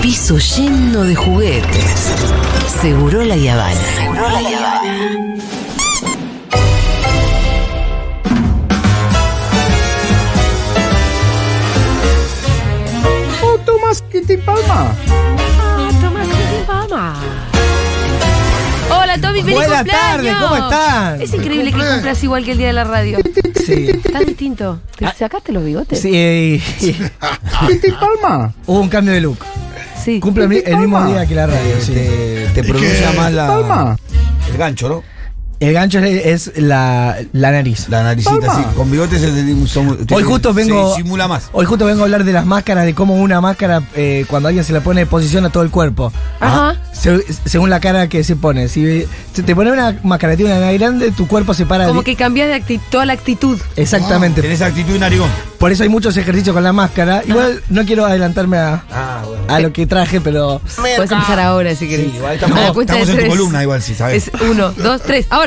piso lleno de juguetes. Seguro la Yavana. Seguro la Yavana. Oh, Tomás Kitty Palma. Ah, Tomás Kitty Palma. Hola, Tommy, feliz Buenas cumpleaños. tardes, ¿cómo están? Es increíble que Feliz cumplas igual que el día de la radio. Sí. Ah. Está distinto. ¿Te sacaste los bigotes? Sí, eh, sí. Kitty Palma. hubo un cambio de look. Sí. Cumple el, mi- el mismo Palma. día que la Eh, radio. sí. eh, Te, te pronuncia más la. Palma. El gancho, ¿no? El gancho es, es la, la nariz. La naricita, Palma. sí. Con bigotes se te- son- Hoy te- justo vengo. Se disimula más. Hoy justo vengo a hablar de las máscaras, de cómo una máscara, eh, cuando alguien se la pone, posiciona todo el cuerpo. Ah, Ajá. Se- según la cara que se pone. Si se te pone una máscara que tiene una nariz grande, tu cuerpo se para. Como di- que cambias de actitud, toda la actitud. Exactamente. Tenés actitud narigón. Por eso hay muchos ejercicios con la máscara. Igual no quiero adelantarme a, Ah, bueno. Eh, a lo que traje, pero. Puedes empezar ahora si querés. igual A la estamos, cuenta estamos de en tu tres. columna, igual, sí, sabes. Es uno, dos, tres. Ahora.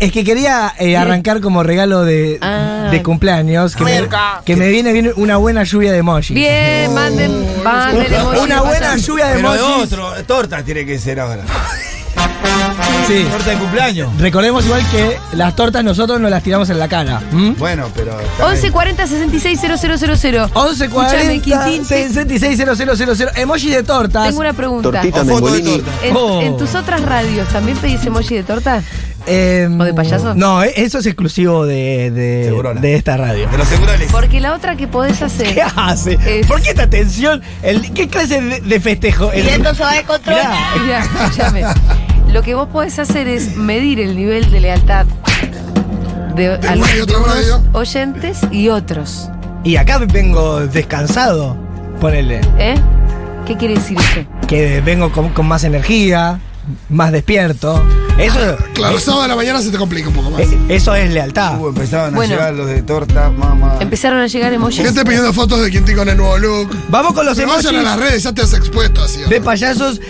Es que quería eh, arrancar como regalo de, Ah. de cumpleaños. Que me, que me viene bien una buena lluvia de emojis. Bien, manden, manden emoji, Una buena pasan. lluvia de Pero de emojis. otro, torta tiene que ser ahora. Sí. Torta de cumpleaños. Recordemos igual que las tortas nosotros nos las tiramos en la cara. ¿m? Bueno, pero. está bien. 1140 66 0000. 11 Escúchame, 40 Quintín, te- 660000 emoji de tortas. tengo una pregunta. O foto de torta. ¿En, Oh. en tus otras radios también pedís emoji de torta? Eh, ¿O de payaso? No, eh, eso es exclusivo de, de- Segurola. de esta radio. De los segurales. Porque la otra que podés hacer. ¿Qué hace? Es- ¿Por qué esta tensión? El- ¿Qué clase de, de festejo? es? Mirá. Mirá, escúchame. Lo que vos podés hacer es medir el nivel de lealtad de algunos y otra radio. oyentes y otros. Y acá vengo descansado, ponele. ¿Eh? ¿Qué quiere decir eso? Que vengo con, con más energía, más despierto. Eso, Claro, sábado de la mañana se te complica un poco más. e- eso es lealtad. Uh, empezaban Bueno. a llegar los de torta, mamá. Empezaron a llegar emojis. Gente pidiendo fotos de Quintín con el nuevo look. Vamos con los Pero emojis vayan a las redes, ya te has expuesto así. ¿o de no? payasos.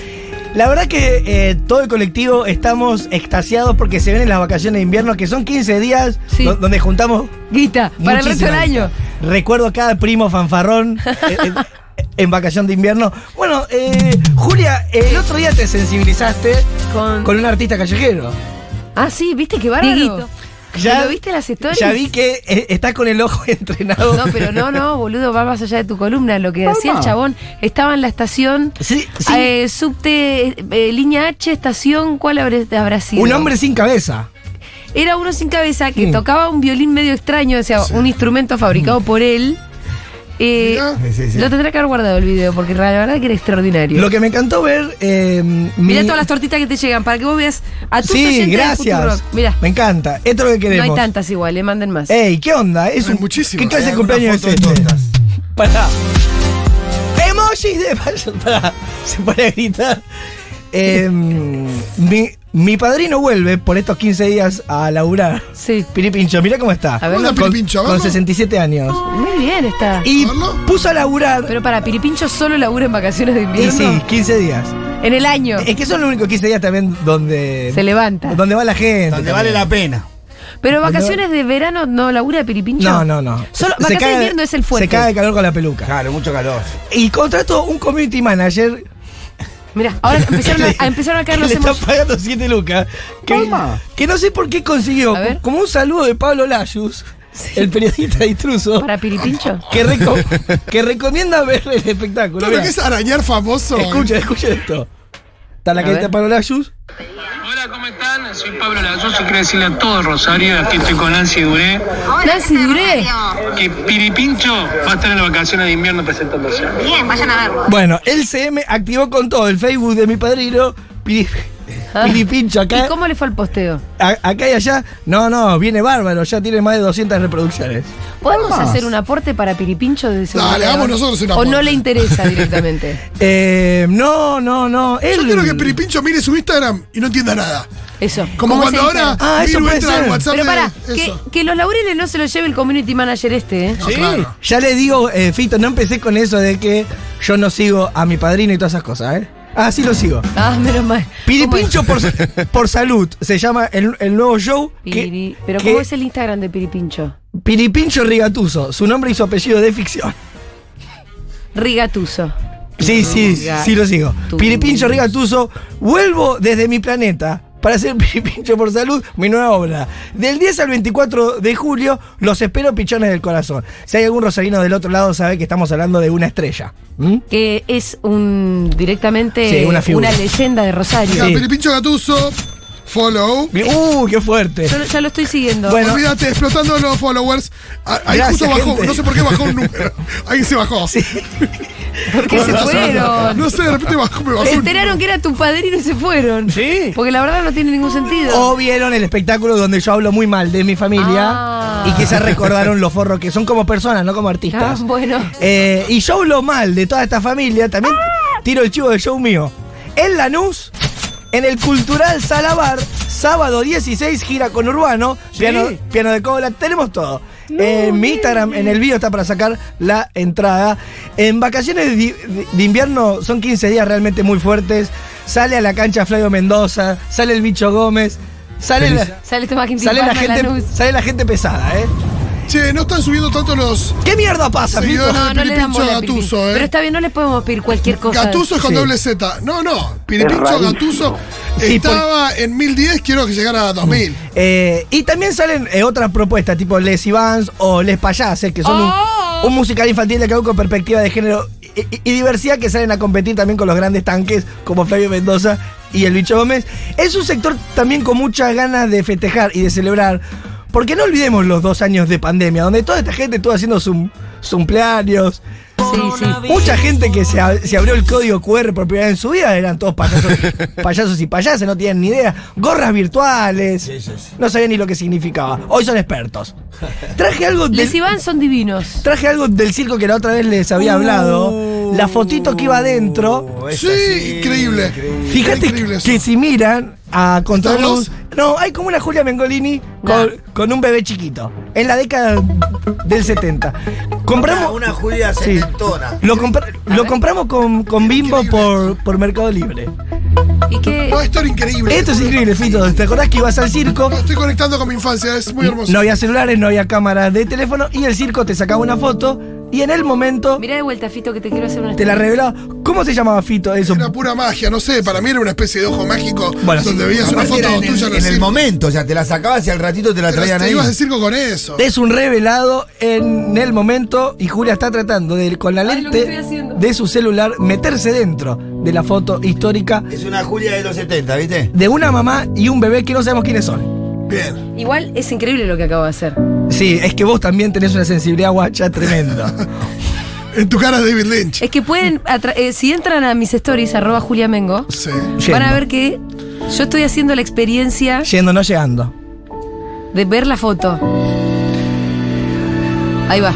La verdad que eh, todo el colectivo estamos extasiados porque se vienen las vacaciones de invierno, que son 15 días Sí. do- donde juntamos Guita, para el resto Muchísimas del año. gracias. Recuerdo cada primo fanfarrón eh, eh, en vacación de invierno. Bueno, eh, Julia, el otro día te sensibilizaste Con- con, un artista callejero. Ah, sí, viste qué bárbaro. Dieguito. ¿Lo viste en las historias? Ya vi que eh, estás con el ojo entrenado. No, pero no, no, boludo, va más allá de tu columna. Lo que hacía el Toma. chabón estaba en la estación. Sí, sí. eh, subte, eh, línea H, estación, ¿cuál habré- habrá sido? un hombre sin cabeza. Era uno sin cabeza que Mm. tocaba un violín medio extraño, o sea, un instrumento fabricado por él. Eh, Mirá. Sí, sí, sí. Lo tendrá que haber guardado el video, porque la verdad que era extraordinario. Lo que me encantó ver. eh, mi- Mirá todas las tortitas que te llegan, para que vos veas a tus Sí, oyentes de gracias. Futurock. Mirá, Me Eh. encanta. Esto es lo que no queremos. hay tantas igual, le manden más. Ey, ¿qué onda? Es Hay un- muchísimas. ¿Qué clase Hay de cumpleaños es alguna este? foto de tortas. Pará. Emojis de payaso. Pará. Se pone a gritar. Em, mi, mi padrino vuelve por estos 15 días a laburar. Sí. Piripincho, mirá cómo está. A ver, Hola, con, Piripincho, con ¿verlo? 67 años. Muy bien está. Y ¿Verlo? puso a laburar. Pero para, Piripincho solo labura en vacaciones de Y invierno. sí, 15 días. En el año. Es que son los únicos 15 días también donde. Se levanta. Donde va la gente. Donde vale la pena. Pero vacaciones de verano no labura Piripincho. No, no, no. Solo, Se vacaciones caga- de invierno es el fuerte. Se cae de calor con la peluca. Claro, mucho calor. Y contrató un community manager Mirá, ahora empezaron a, a- empezaron a caer que los le están emojis. pagando 7 lucas. Que, Palma. que no sé por qué consiguió, A ver. como un saludo de Pablo Layus, el periodista intruso, Para Piripincho. que, reco- que recomienda ver el espectáculo. Claro, Mirá, que es arañar famoso. ¿eh? Escuchen, escuchen esto. Está la A carita ver. de Pablo Layus. Hola, ¿cómo están? Soy Pablo Lazoso, quiero decirle a todo Rosario, aquí estoy con Nancy Duré, Nancy Duré. que Piripincho va a estar en las vacaciones de invierno presentándose. Bien, vayan a verlo. Bueno, el CM activó con todo el Facebook de mi padrino. Piri, Ah. Piripincho acá, ¿Y cómo le fue al posteo? a- acá y allá. No, no, viene bárbaro, ya tiene más de 200 reproducciones. ¿Podemos Vamos. hacer un aporte para Piripincho de ese Dale, hagamos nosotros un ¿O no aporte. le interesa directamente? Eh, no, no, no. Yo él- quiero que Piripincho mire su Instagram y no entienda nada. Eso. Como ¿Cómo cuando se ahora dice? Ah, eso Miru puede entra al ser. WhatsApp Pero de- pará, que, eso. que los laureles no se los lleve el community manager este, ¿eh? No, claro. Ya le digo, eh, Fito, no empecé con eso de que yo no sigo a mi padrino y todas esas cosas, ¿eh? Ah, sí lo sigo. Ah, menos mal. Piripincho por, por salud se llama el, el nuevo show. que- Piri- Pero que- ¿cómo es el Instagram de Piripincho? Piripincho Rigatuso, su nombre y su apellido de ficción. Rigatuso. Sí, sí, sí lo sigo. Tú. Piripincho Rigatuso, vuelvo desde mi planeta para hacer Piripincho por Salud, mi nueva obra. Del 10 al 24 de julio, los espero pichones del corazón. Si hay algún rosarino del otro lado, sabe que estamos hablando de una estrella. ¿Mm? Que es un directamente Sí, una figura. leyenda de Rosario. Mira, Piripincho Gatuso, follow. ¡Uh, qué fuerte! Yo lo- ya lo estoy siguiendo. Bueno. Olvídate, explotando los followers. Ah, Ahí Gracias, justo bajó, gente. no sé por qué bajó un número. Ahí se bajó. ¿Por qué se fueron? No sé, de repente bajó, me bajó. Se un enteraron que era tu padrino y se fueron. Sí. Oh. Porque la verdad no tiene ningún sentido. O vieron el espectáculo donde yo hablo muy mal de mi familia Ah. y quizás recordaron los forros que son como personas, no como Ah, artistas. bueno. Eh, y yo hablo mal de toda esta familia, también tiro el chivo de show mío. En Lanús, en el Cultural Salabar, sábado 16, gira con Urbano, piano, piano de cola, tenemos todo. Eh, mi Instagram, en el video está para sacar la entrada. En vacaciones di- de, de invierno son 15 días realmente muy fuertes. Sale a la cancha Flavio Mendoza, sale el Bicho Gómez, sale la, Sale este Mackin sale la, gente, sale la gente pesada, ¿eh? Che, no están subiendo tanto los. ¿Qué mierda pasa, Sí, Fito? yo No, no le dan Piripincho bola a Piripincho. Gattuso, eh. Pero está bien, no le podemos pedir cualquier cosa. Gatuso es con Sí. doble Z. No, no. Piripincho rarísimo. Gatuso Sí, estaba en 1010, quiero que llegara a 2000. Eh, y también salen eh, otras propuestas, tipo Les Ivans o Les Payases, que son un- Oh. un, musical infantil de con perspectiva de género y, y- y diversidad, que salen a competir también con los grandes tanques como Flavio Mendoza y el Bicho Gómez. Es un sector también con muchas ganas de festejar y de celebrar, porque no olvidemos los dos años de pandemia, donde toda esta gente estuvo haciendo su, su cumpleaños. Sí, sí. Mucha gente que se, ab- se abrió el código QR por primera vez en su vida eran todos payasos, payasos y payases, no tienen ni idea. Gorras virtuales. No sabían ni lo que significaba. Hoy son expertos. Traje algo del, Les Iván son divinos. traje algo del circo que la otra vez les había hablado. La fotito que iba adentro. Sí, increíble. Fíjate increíble que, eso. si miran a Contraluz. ¿Están No, hay como una Julia Mengolini con, con un bebé chiquito. En la década del 70. Compramos. Una Julia Sí. setentona. Lo, compra- lo compramos con, con Bimbo por, por Mercado Libre. Y que No, esto era increíble. Esto es increíble, Fito. ¿Te acordás que ibas al circo? No, estoy conectando con mi infancia, es muy hermoso. No había celulares, no había cámaras de teléfono y el circo te sacaba una foto y en el momento Mirá de vuelta, Fito, que te quiero hacer una te la revelaba. ¿Cómo se llamaba Fito eso? Era pura magia, no sé, para mí era una especie de ojo mágico Bueno, donde veías una Aparte foto era en, tuya el, en el recién. momento, o sea, te la sacabas y al ratito te la Te traían te ahí. ibas al circo con eso. Es un revelado en el momento y Julia está tratando de con la Ay, lo que lente estoy haciendo. de su celular meterse dentro de la foto histórica Es una Julia de los 70, ¿viste? de una mamá y un bebé que no sabemos quiénes son. Bien. Igual es increíble lo que acabo de hacer. Sí, es que vos también tenés una sensibilidad guacha tremenda. En tu cara David Lynch. Es que pueden, atra- eh, si entran a mis stories, arroba Julia Mengo, Sí. van a Yendo. ver que yo estoy haciendo la experiencia Yendo, no llegando. de ver la foto. Ahí va.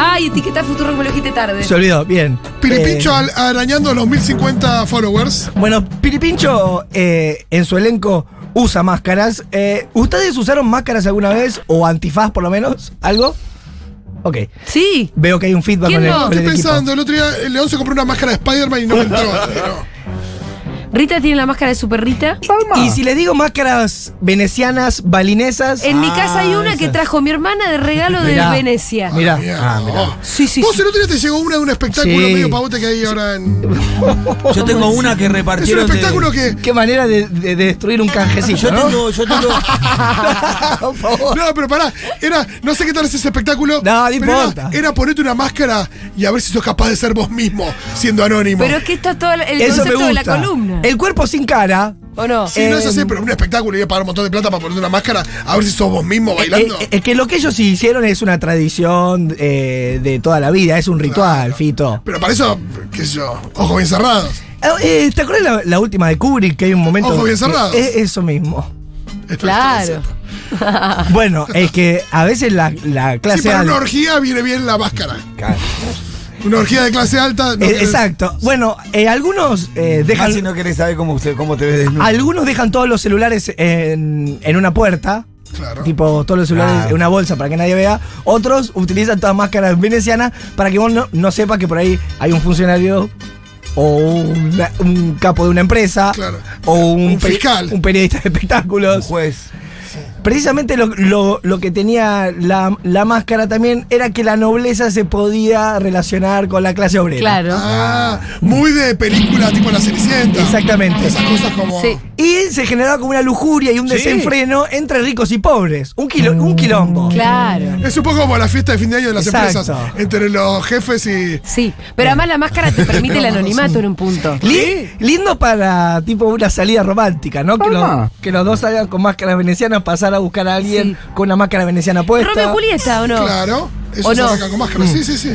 Ay, etiquetar futuro que me lo dijiste tarde. Se olvidó, bien. Piripincho Eh, al- arañando los 1050 followers. Bueno, Piripincho eh, en su elenco usa máscaras. Eh, ¿Ustedes usaron máscaras alguna vez? ¿O antifaz por lo menos? ¿Algo? Ok. Sí. Veo que hay un feedback ¿Quién con el, no? con Estoy el equipo. pensando, el otro día el León se compró una máscara de Spider-Man y no me entró. no. Rita tiene la máscara de Super Rita. Palma. Y si les digo máscaras venecianas, balinesas. En mi casa hay una esa. que trajo mi hermana de regalo de Mirá. Venecia. Mirá. Mierda. Sí, sí, Oh. Vos sí. el otro día te llegó una de un espectáculo Sí. medio pavote que hay ahora en. Yo tengo una que Es un repartieron. de- espectáculo que. Qué manera de, de- de destruir un canjecillo, Yo ¿no? tengo, yo tengo. Por favor. No, pero pará, era, no sé qué tal es ese espectáculo. Oh. No, no pero importa. Era, era ponerte una máscara y a ver si sos capaz de ser vos mismo, siendo anónimo. Pero es que esto es todo el Eso me concepto gusta. de la columna. El cuerpo sin cara. ¿O no? Sí, no es así, em, pero un espectáculo y pagar un montón de plata para ponerte una máscara, a ver si sos vos mismo bailando. Eh, eh, eh, que lo que ellos hicieron es una tradición eh, de toda la vida, es un ritual, Fito. Pero para eso, qué sé yo, ojos bien cerrados. Eh, eh, ¿Te acuerdas la, la última de Kubrick? Que hay un momento. Ojos bien cerrados. Eh, eso mismo. Claro. Ah. Bueno, es que a veces la, la clase Eh, Sí, para alta. una orgía viene bien la máscara. Una orgía de clase alta. no Eh, querés- exacto. Bueno, eh, algunos eh, Más si dejan. no querés saber cómo, usted- cómo te ves desnudo. Algunos dejan todos los celulares en, en una puerta. Claro. Tipo, todos los celulares Claro. en una bolsa para que nadie vea. Otros utilizan todas máscaras venecianas para que vos no, no sepas que por ahí hay un funcionario o una- un capo de una empresa Claro. o un, Un fiscal. un periodista de espectáculos. Juez. Precisamente lo, lo- lo que tenía la, la máscara también era que la nobleza se podía relacionar con la clase obrera. Claro. Ah, muy de película tipo La Cenicienta. Exactamente. Esas cosas como. Sí. Y se generaba como una lujuria y un desenfreno entre ricos y pobres. Un, quilo, un quilombo. Claro. Es un poco como la fiesta de fin de año de las Exacto. empresas. Entre los jefes y. Sí. Pero además la máscara te permite el anonimato en un punto. Li- lindo para tipo una salida romántica, ¿no? Que, Palma. lo- que los dos salgan con máscaras venecianas, pasar a buscar a alguien Sí. con una máscara veneciana puesta. Romeo y Julieta, ¿o no? Claro. Eso ¿O se no? Mm. saca con máscara. Sí, sí, sí.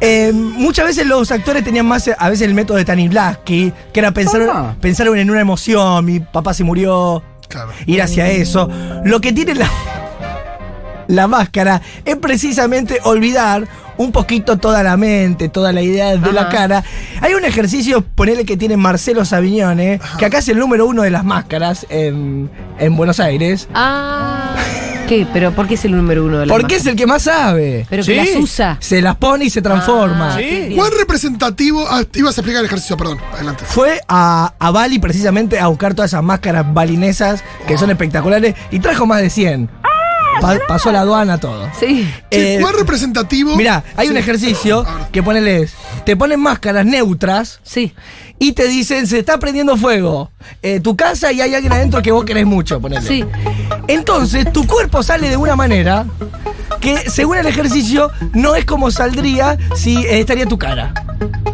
Eh, muchas veces los actores tenían más, eh, a veces el método de Stanislavski, que era pensar, Palma. pensar en una emoción, mi papá se murió, Claro. ir hacia eso. Lo que tiene la, la máscara es precisamente olvidar un poquito toda la mente, toda la idea de la Ajá. cara. Hay un ejercicio, ponele que tiene Marcelo Savignone, que acá es el número uno de las máscaras en, en Buenos Aires, Ah. ¿Qué? ¿Pero por qué es el número uno de la porque es el que más sabe. Pero que las usa. Se las pone y se transforma. ¿Cuán representativo. Ah, te ibas a explicar el ejercicio, perdón. Adelante. Fue a, a Bali precisamente a buscar todas esas máscaras balinesas que son espectaculares y trajo más de 100. Pa- pasó la aduana todo. Ah, Sí. Che, Eh, ¿Cuán representativo. Mirá, hay un ejercicio A ver. que poneles, te ponen máscaras neutras Sí. y te dicen, se está prendiendo fuego eh, tu casa y hay alguien adentro que vos querés mucho, ponele. Sí. Entonces, tu cuerpo sale de una manera que, según el ejercicio, no es como saldría si eh, estaría tu cara.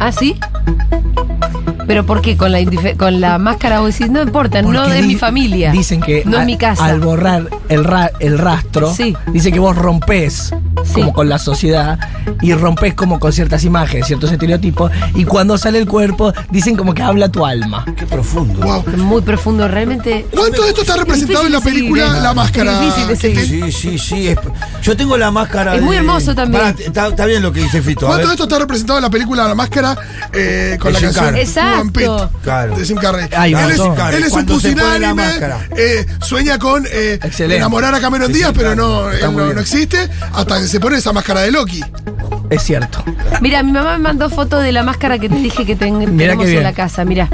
¿Ah, sí? ¿Pero por qué? Con la, indife- con la máscara vos decís, no importa, no Porque es di- mi familia. Dicen que No al- es mi casa. al borrar el, ra- el rastro, Sí. dicen que vos rompés Sí. como con la sociedad y rompés como con ciertas imágenes, ciertos estereotipos. Y cuando sale el cuerpo, dicen como que habla tu alma. Qué profundo. Wow. Muy profundo, realmente. ¿Cuánto de esto está representado en la Difícil de película seguir, ¿eh? La Máscara? Difícil de seguir. Sí, sí, sí. es- Yo tengo la máscara. Es muy de- hermoso también. Pará, Está está bien lo que dice Fito. a ¿Cuánto de ver. esto está representado en la película La Máscara eh, De con la Jim canción Carrey. Exacto. One Pit Claro. de Jim Carrey? Ay, él, no, es, Jim Carrey. él es un Cuando se pone la pusilánime, máscara. eh, sueña con eh, Excelente. enamorar a Cameron De Díaz, Jim pero Carrey. no, Está él muy no, bien. no existe hasta que se pone esa máscara de Loki. Es cierto. Mira, mi mamá me mandó foto de la máscara que te dije que ten- Mirá tenemos qué bien. en la casa. Mira,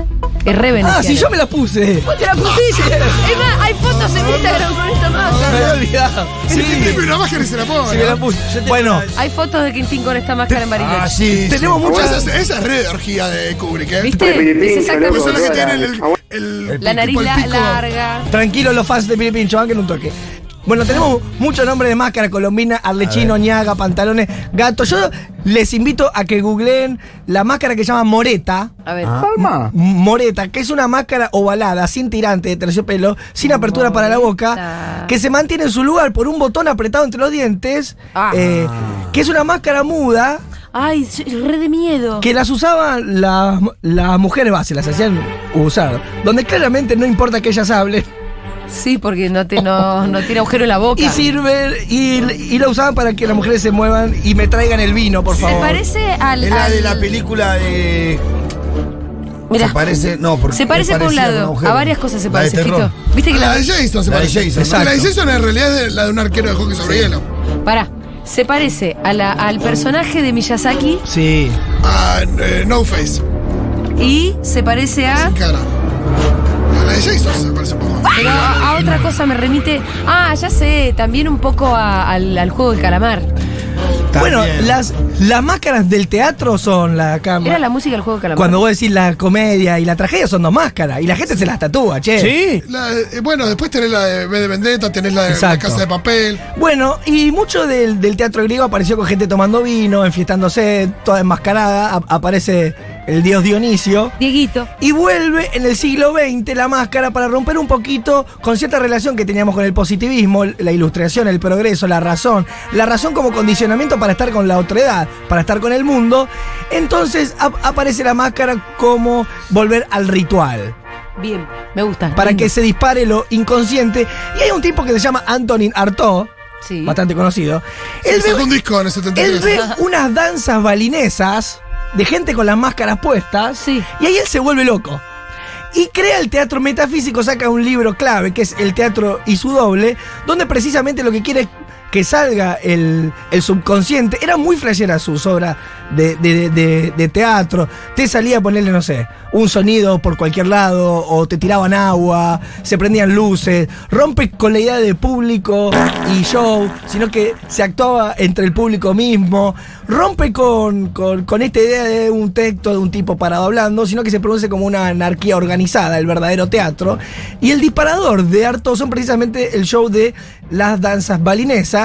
es re Ah, si yo me la puse. ¡Vos te la pusiste! Es más, hay fotos en Instagram con esta Me máscara. había olvidado. Sí, Imprime una máscara y se la pone. sí, me la puse. Bueno, Hay fotos de Quintín con esta máscara en Ah, Bariloche. sí. tenemos Bueno, muchas. esa, es- esa es re de orgía de Kubrick, ¿eh? ¿Viste? Es Porque son los que exactamente tienen el, el- la el nariz tipo, el la- pico. larga. Tranquilos los fans de Pilipincho, banquen un toque. Bueno, tenemos muchos nombres de máscara, colombina, arlechino, ñaga, pantalones, gato. Yo les invito a que googleen la máscara que se llama Moreta. A ver. Ah. Palma. M- Moreta, que es una máscara ovalada, sin tirante de terciopelo, sin apertura para la boca, Moreta. que se mantiene en su lugar por un botón apretado entre los dientes, Ah. eh, que es una máscara muda Ay, soy re de miedo. que las usaban las, las mujeres base, las hacían usar, donde claramente no importa que ellas hablen, Sí, porque no, te, no, no tiene agujero en la boca. Y sirve, y, y la usaban para que las mujeres se muevan y me traigan el vino, por Se favor. parece al. Es la de al- la película de. Mirá, Se parece. No, porque. se parece por un parecía lado. agujero. A varias cosas se La parece, de Fito. terror. Viste que La la. de Jason se La de parece. Jason, Porque La de exacto. Jason en realidad es de- la de un arquero de hockey sobre hielo. Pará. Se parece a la- al personaje de Miyazaki Sí. Ah, eh, No Face. y se parece a. Cara. A la de Jason se parece un poco. Pero a, a otra cosa me remite. Ah, ya sé, también un poco a- al, al juego del calamar. También. Bueno, las, las máscaras del teatro son la cama. Era la música del juego del calamar. Cuando vos decís la comedia y la tragedia son dos máscaras y la gente se las tatúa, che. Sí. La- eh, bueno, después tenés la de B de Vendetta, tenés la de la Exacto. Casa de Papel. Bueno, y mucho del, del teatro griego apareció con gente tomando vino, enfiestándose, toda enmascarada. Ap- aparece el dios Dionisio. Dieguito. Y vuelve en el siglo XX la máscara para romper un poquito con cierta relación que teníamos con el positivismo, la ilustración, el progreso, la razón. La razón como condicionamiento para estar con la otredad, para estar con el mundo. Entonces ap- aparece la máscara como volver al ritual, Bien, me gusta. para lindo. que se dispare lo inconsciente. Y hay un tipo que se llama Antonin Artaud, Sí. bastante conocido. Él Él ve- sacó un disco en el él 73. ve unas danzas balinesas de gente con las máscaras puestas Sí. y ahí él se vuelve loco. Y crea el teatro metafísico, saca un libro clave que es El teatro y su doble, donde precisamente lo que quiere es que salga el, el subconsciente. Era muy flashera sus obras de, de- de- de teatro. Te salía a ponerle, no sé, un sonido por cualquier lado, o te tiraban agua, se prendían luces. Rompe con la idea de público y show, sino que se actuaba entre el público mismo. Rompe con, con- con esta idea de un texto de un tipo parado hablando, sino que se produce como una anarquía organizada, el verdadero teatro. Y el disparador de Arto son precisamente el show de las danzas balinesas.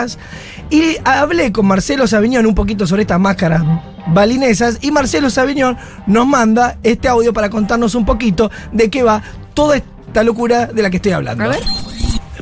Y hablé con Marcelo Sabiñón un poquito sobre estas máscaras balinesas. Y Marcelo Sabiñón nos manda este audio para contarnos un poquito de qué va toda esta locura de la que estoy hablando. A ver.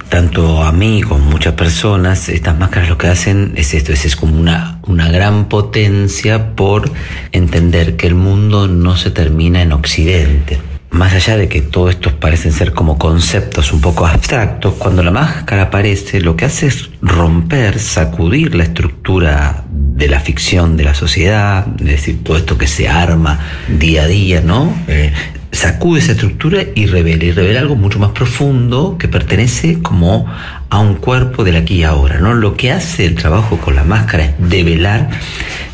tanto a mí como muchas personas, estas máscaras lo que hacen es esto, es, es como una, una gran potencia por entender que el mundo no se termina en Occidente. Más allá de que todos estos parecen ser como conceptos un poco abstractos, cuando la máscara aparece lo que hace es romper, sacudir la estructura de la ficción de la sociedad, es decir, todo esto que se arma día a día, ¿no? Eh, sacude esa estructura y revela, y revela algo mucho más profundo que pertenece como a un cuerpo del aquí y ahora, ¿no? Lo que hace el trabajo con la máscara es develar,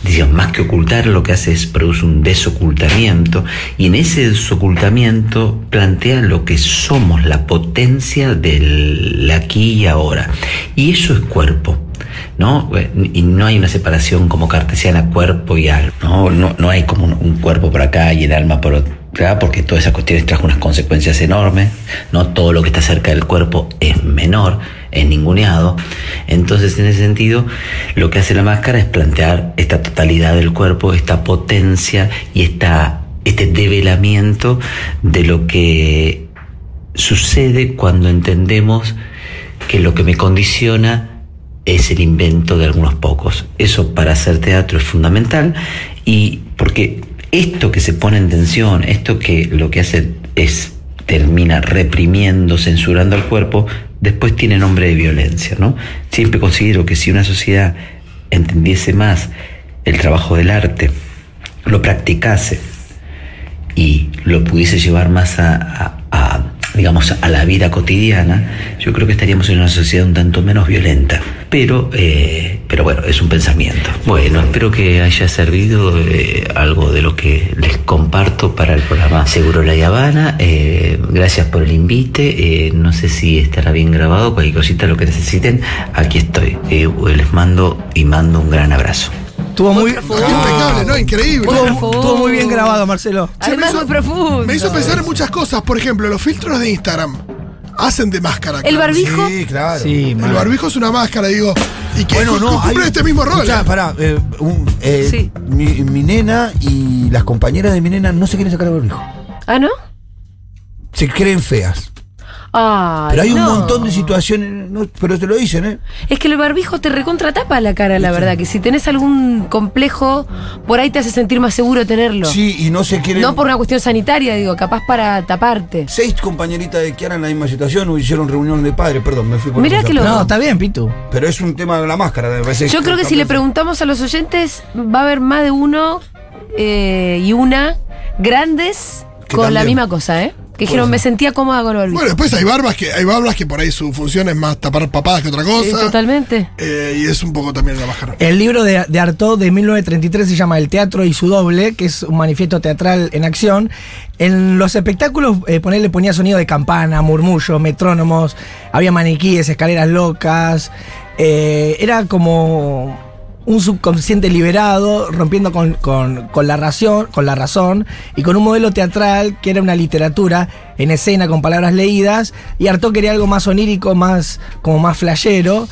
digamos, más que ocultar, lo que hace es produce un desocultamiento y en ese desocultamiento plantea lo que somos, la potencia del aquí y ahora. Y eso es cuerpo. ¿no? Y no hay una separación como cartesiana cuerpo y alma, ¿no? No, no hay como un, un cuerpo por acá y el alma por otra, porque todas esas cuestiones trajo unas consecuencias enormes, ¿no? Todo lo que está cerca del cuerpo es menor, es ninguneado. Entonces, en ese sentido, lo que hace la máscara es plantear esta totalidad del cuerpo, esta potencia y esta, este develamiento de lo que sucede cuando entendemos que lo que me condiciona es el invento de algunos pocos. Eso para hacer teatro es fundamental y porque esto que se pone en tensión, esto que lo que hace es termina reprimiendo, censurando al cuerpo, después tiene nombre de violencia, ¿no? Siempre considero que si una sociedad entendiese más el trabajo del arte, lo practicase, y lo pudiese llevar más a, a- a, digamos, a la vida cotidiana, yo creo que estaríamos en una sociedad un tanto menos violenta. Pero, eh, pero bueno, es un pensamiento. Bueno, espero que haya servido eh, algo de lo que les comparto para el programa Seguro La Habana. eh, gracias por el invite. eh, no sé si estará bien grabado, cualquier cosita, lo que necesiten, aquí estoy. Eh, les mando y mando un gran abrazo. Estuvo muy, Qué impecable, ¿no? Increíble. Bueno, estuvo- estuvo muy bien grabado, Marcelo. Se me Además, hizo- muy profundo. Me hizo pensar en muchas cosas. Por ejemplo, los filtros de Instagram hacen de máscara. El claro. barbijo. Sí, claro. El barbijo es una máscara, digo. Y que Bueno, cu- no, cumple hay- este mismo rol. Escuchá, eh. pará, eh, un- eh, Sí. mi, mi nena y las compañeras de mi nena no se quieren sacar el barbijo. ¿Ah, no? Se creen feas. Ay, Pero hay un no. montón de situaciones, no, pero te lo dicen, ¿eh? Es que el barbijo te recontratapa la cara, la verdad. Que si tenés algún complejo, por ahí te hace sentir más seguro tenerlo. Sí, y no se quieren. No por una cuestión sanitaria, digo, capaz para taparte. Seis compañeritas de Kiara en la misma situación hicieron reunión de padres, perdón, me fui por Mirá la que cosa. lo- No, está bien, Pitu. Pero es un tema de la máscara, me parece. Yo creo que si le preguntamos a los oyentes, va a haber más de uno eh, y una grandes Que con la también. misma cosa, ¿eh? Que dijeron, me sentía cómoda con el barbijo. Bueno, después hay barbas que hay barbas que por ahí su función es más tapar papadas que otra Sí, cosa. totalmente. Eh, y es un poco también una máscara. El libro de, de Artaud de 1933 se llama El teatro y su doble, que es un manifiesto teatral en acción. En los espectáculos, eh, ponerle ponía sonido de campana, murmullos, metrónomos, había maniquíes, escaleras locas. eh, era como un subconsciente liberado, rompiendo con, con- con la razón, con la razón, y con un modelo teatral que era una literatura en escena con palabras leídas, y Artaud quería algo más onírico, más, como más flashero.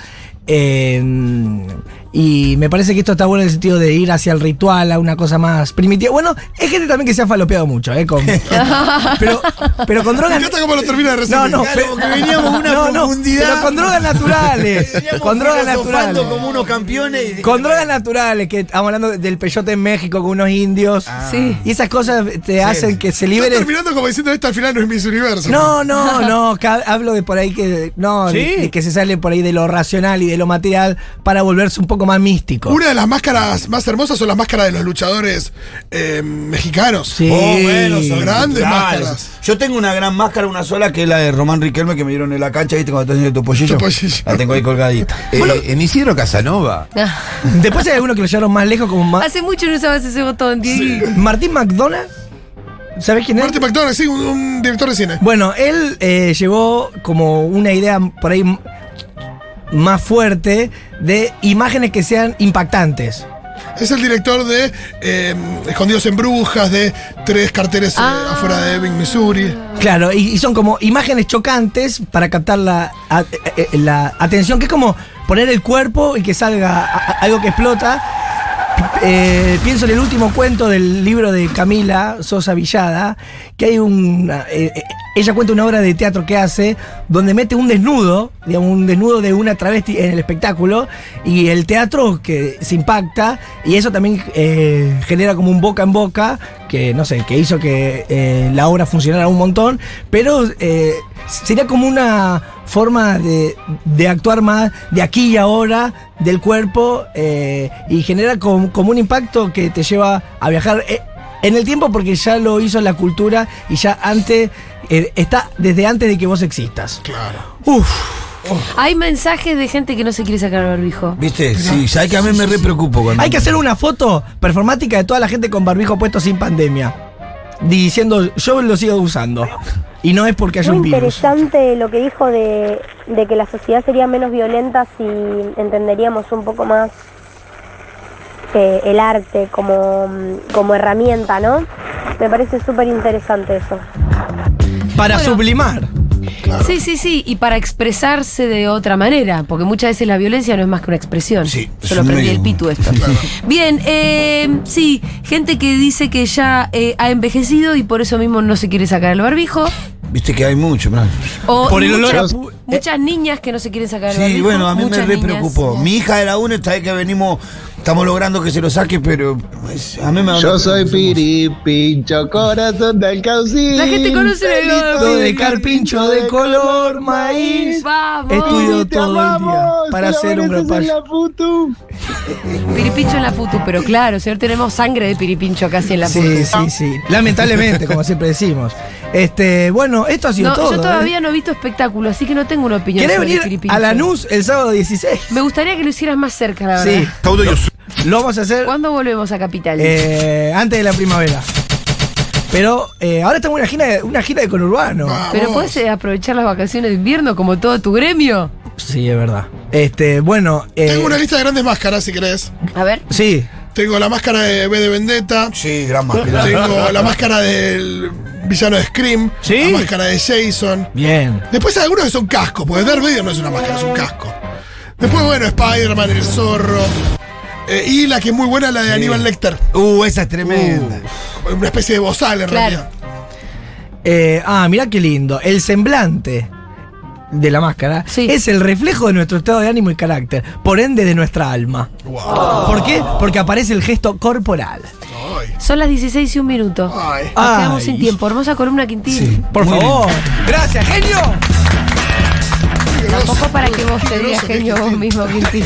Eh, y me parece que esto está bueno en el sentido de ir hacia el ritual, a una cosa más primitiva. Bueno, es gente también que se ha falopeado mucho, ¿eh? Con- pero, pero con Me drogas. encanta cómo lo termina de resumir. No, no, Claro, pe- porque veníamos de una no, no, profundidad. pero con drogas naturales. con drogas naturales. como unos campeones. Con drogas naturales, que estamos hablando del peyote en México con unos indios. Sí. Y esas cosas te hacen que se Está liberen. terminando como diciendo esto al final no es Miss Universo. No, no, no, ca- hablo de por ahí que no, de- de que se sale por ahí de lo racional y de lo material para volverse un poco poco más místico. Una de las máscaras más hermosas son las máscaras de los luchadores eh, mexicanos. Sí. Oh, bueno, son grandes Claro. máscaras. Yo tengo una gran máscara, una sola, que es la de Román Riquelme que me dieron en la cancha, ¿viste? Cuando estás haciendo tu pollillo. Topollillo. La tengo ahí colgadita. Eh, en Isidro Casanova. Ah, Después hay algunos que lo llevaron más lejos, como Ma- Hace mucho no usabas ese botón, Diego. Martín McDonald. ¿Sabés quién es? Martin McDonald, sí, un, un director de cine. Bueno, él eh, llevó como una idea por ahí m- más fuerte de imágenes que sean impactantes. Es el director de eh, Escondidos en Brujas, de Tres Carteles eh, Ah. afuera de Ebbing, Missouri. Claro, y, y son como imágenes chocantes para captar la, a- eh, eh, la atención, que es como poner el cuerpo y que salga a- a- algo que explota. Eh, pienso en el último cuento del libro de Camila Sosa Villada, que hay una. eh, eh, ella cuenta una obra de teatro que hace donde mete un desnudo, digamos, un desnudo de una travesti en el espectáculo, y el teatro que se impacta, y eso también eh, genera como un boca en boca, que no sé, que hizo que eh, la obra funcionara un montón, pero eh, sería como una forma de, de actuar más de aquí y ahora del cuerpo eh, y genera com- como un impacto que te lleva a viajar eh, en el tiempo porque ya lo hizo la cultura y ya antes eh, está desde antes de que vos existas. Claro. Uf, Hay mensajes de gente que no se quiere sacar el barbijo. ¿Viste? Sí, sabés que a mí me re preocupo cuando. hay que hacer una foto performática de toda la gente con barbijo puesto sin pandemia diciendo yo lo sigo usando y no es porque haya un virus. interesante lo que dijo de, de que la sociedad sería menos violenta si entenderíamos un poco más eh, el arte como, Em, como herramienta, ¿no? Me parece súper interesante eso. Para Bueno. sublimar. Sí, sí, sí. Y para expresarse de otra manera. Porque muchas veces la violencia no es más que una expresión. Sí, Yo lo es un aprendí medio. el pitu esto. Bien, eh, sí. Gente que dice que ya eh, ha envejecido y por eso mismo no se quiere sacar el barbijo. Viste que hay mucho, ¿no? O Por el olor a muchas- pu- eh. Muchas niñas que no se quieren sacar el barbijo. Sí, bueno, a mí me muchas re niñas. preocupó. Mi hija era una, esta vez que venimos, estamos logrando que se lo saque, pero es- a mí me Yo soy Piri. La gente conoce el Todo de carpincho de color maíz. Vamos. Estudio todo el día para hacer un rapallo. Piripincho en la futu, pero claro, señor, tenemos sangre de piripincho casi en la futu. Sí, sí, sí. Lamentablemente, como siempre decimos. Este, bueno, esto ha sido No, todo. yo ¿eh? todavía no he visto espectáculo, así que no tengo una opinión. ¿Querés sobre el venir piripincho. a Lanús el sábado 16? Me gustaría que lo hicieras más cerca, la verdad. Sí. Lo vamos a hacer ¿Cuándo volvemos a Capital? eh, antes de la primavera. Pero eh, ahora estamos en una gira, de- una gira de conurbano. pero puedes eh, aprovechar las vacaciones de invierno como todo tu gremio. Sí, es verdad. Este, bueno. eh, Tengo una lista de grandes máscaras, si querés. A ver. Sí. Tengo la máscara de B de Vendetta. Sí, gran máscara. Tengo la máscara del villano de Scream. Sí. La máscara de Jason. Bien. Después hay algunos que son cascos, porque Darth Vader no es una máscara, es un casco. Después, bueno, Spider-Man, el zorro. Eh, y la que es muy buena es la de Aníbal Lecter. Uh, Uh, esa es tremenda. Una especie de bozal, en Claro. realidad. Eh, ah, mirá qué lindo. El semblante de la máscara Sí. es el reflejo de nuestro estado de ánimo y carácter, por ende de nuestra alma. ¿Por qué? Porque aparece el gesto corporal. Ay. Son las 16 y un minuto. Nos Ay. Ay. quedamos sin tiempo. Hermosa columna Quintín. Por favor. Gracias, genio. Tampoco para que vos te digas genio vos mismo, Quintín.